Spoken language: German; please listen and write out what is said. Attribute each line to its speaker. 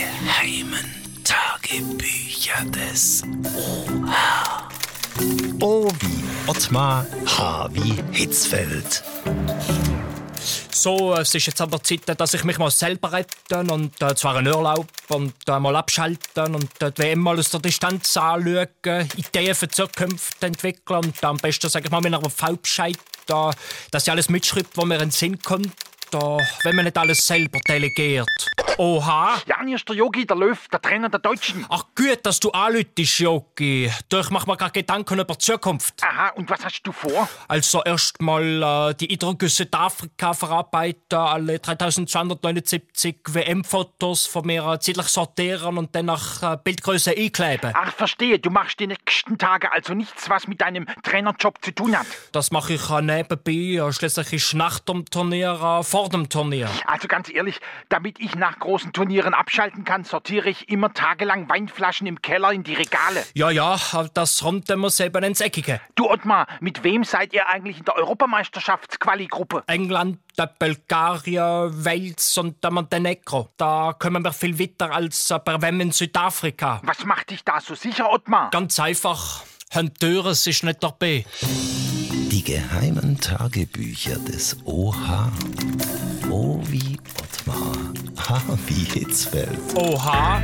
Speaker 1: geheimen Tagebücher des
Speaker 2: O wie Ottmar, H wie Hitzfeld.
Speaker 3: So, es ist jetzt aber Zeit, dass ich mich mal selber retten und äh, zwar einen Urlaub und äh, mal abschalten und äh, die WM mal aus der Distanz anschauen, Ideen für die Zukunft entwickeln und am besten, sage ich mal, mit einer V Bescheid, äh, dass sie alles mitschreibt, was mir in den Sinn kommt, äh, wenn man nicht alles selber delegiert. Oha!
Speaker 4: Jani ist der Yogi, der Löw, der Trainer der Deutschen.
Speaker 3: Ach gut, dass du anlütest, Jogi. Durch mach mir gerade Gedanken über die Zukunft.
Speaker 4: Aha, und was hast du vor?
Speaker 3: Also erstmal äh, die Hydrogüsse Afrika verarbeiten, alle 3279 WM-Fotos von mir äh, zeitlich sortieren und dann nach äh, Bildgröße einkleben.
Speaker 4: Ach, verstehe, du machst die nächsten Tage also nichts, was mit deinem Trainerjob zu tun hat.
Speaker 3: Das mache ich äh, nebenbei. Äh, schließlich ist nach dem Turnier äh, vor dem Turnier.
Speaker 4: Also ganz ehrlich, damit ich nach großen Turnieren abschalten kann, sortiere ich immer tagelang Weinflaschen im Keller in die Regale.
Speaker 3: Ja, ja, äh, das kommt immer selber ins Eckige.
Speaker 4: Du Ottmar, mit wem seid ihr eigentlich in der Europameisterschaftsquali-Gruppe?
Speaker 3: England, äh, Bulgarien, Wales und äh, Montenegro. Da kommen wir viel weiter als äh, bei WM in Südafrika.
Speaker 4: Was macht dich da so sicher, Ottmar?
Speaker 3: Ganz einfach. Honduras ist nicht dabei.
Speaker 2: Die geheimen Tagebücher des OH. O wie Ottmar, H wie Hitzfeld.
Speaker 3: Oha!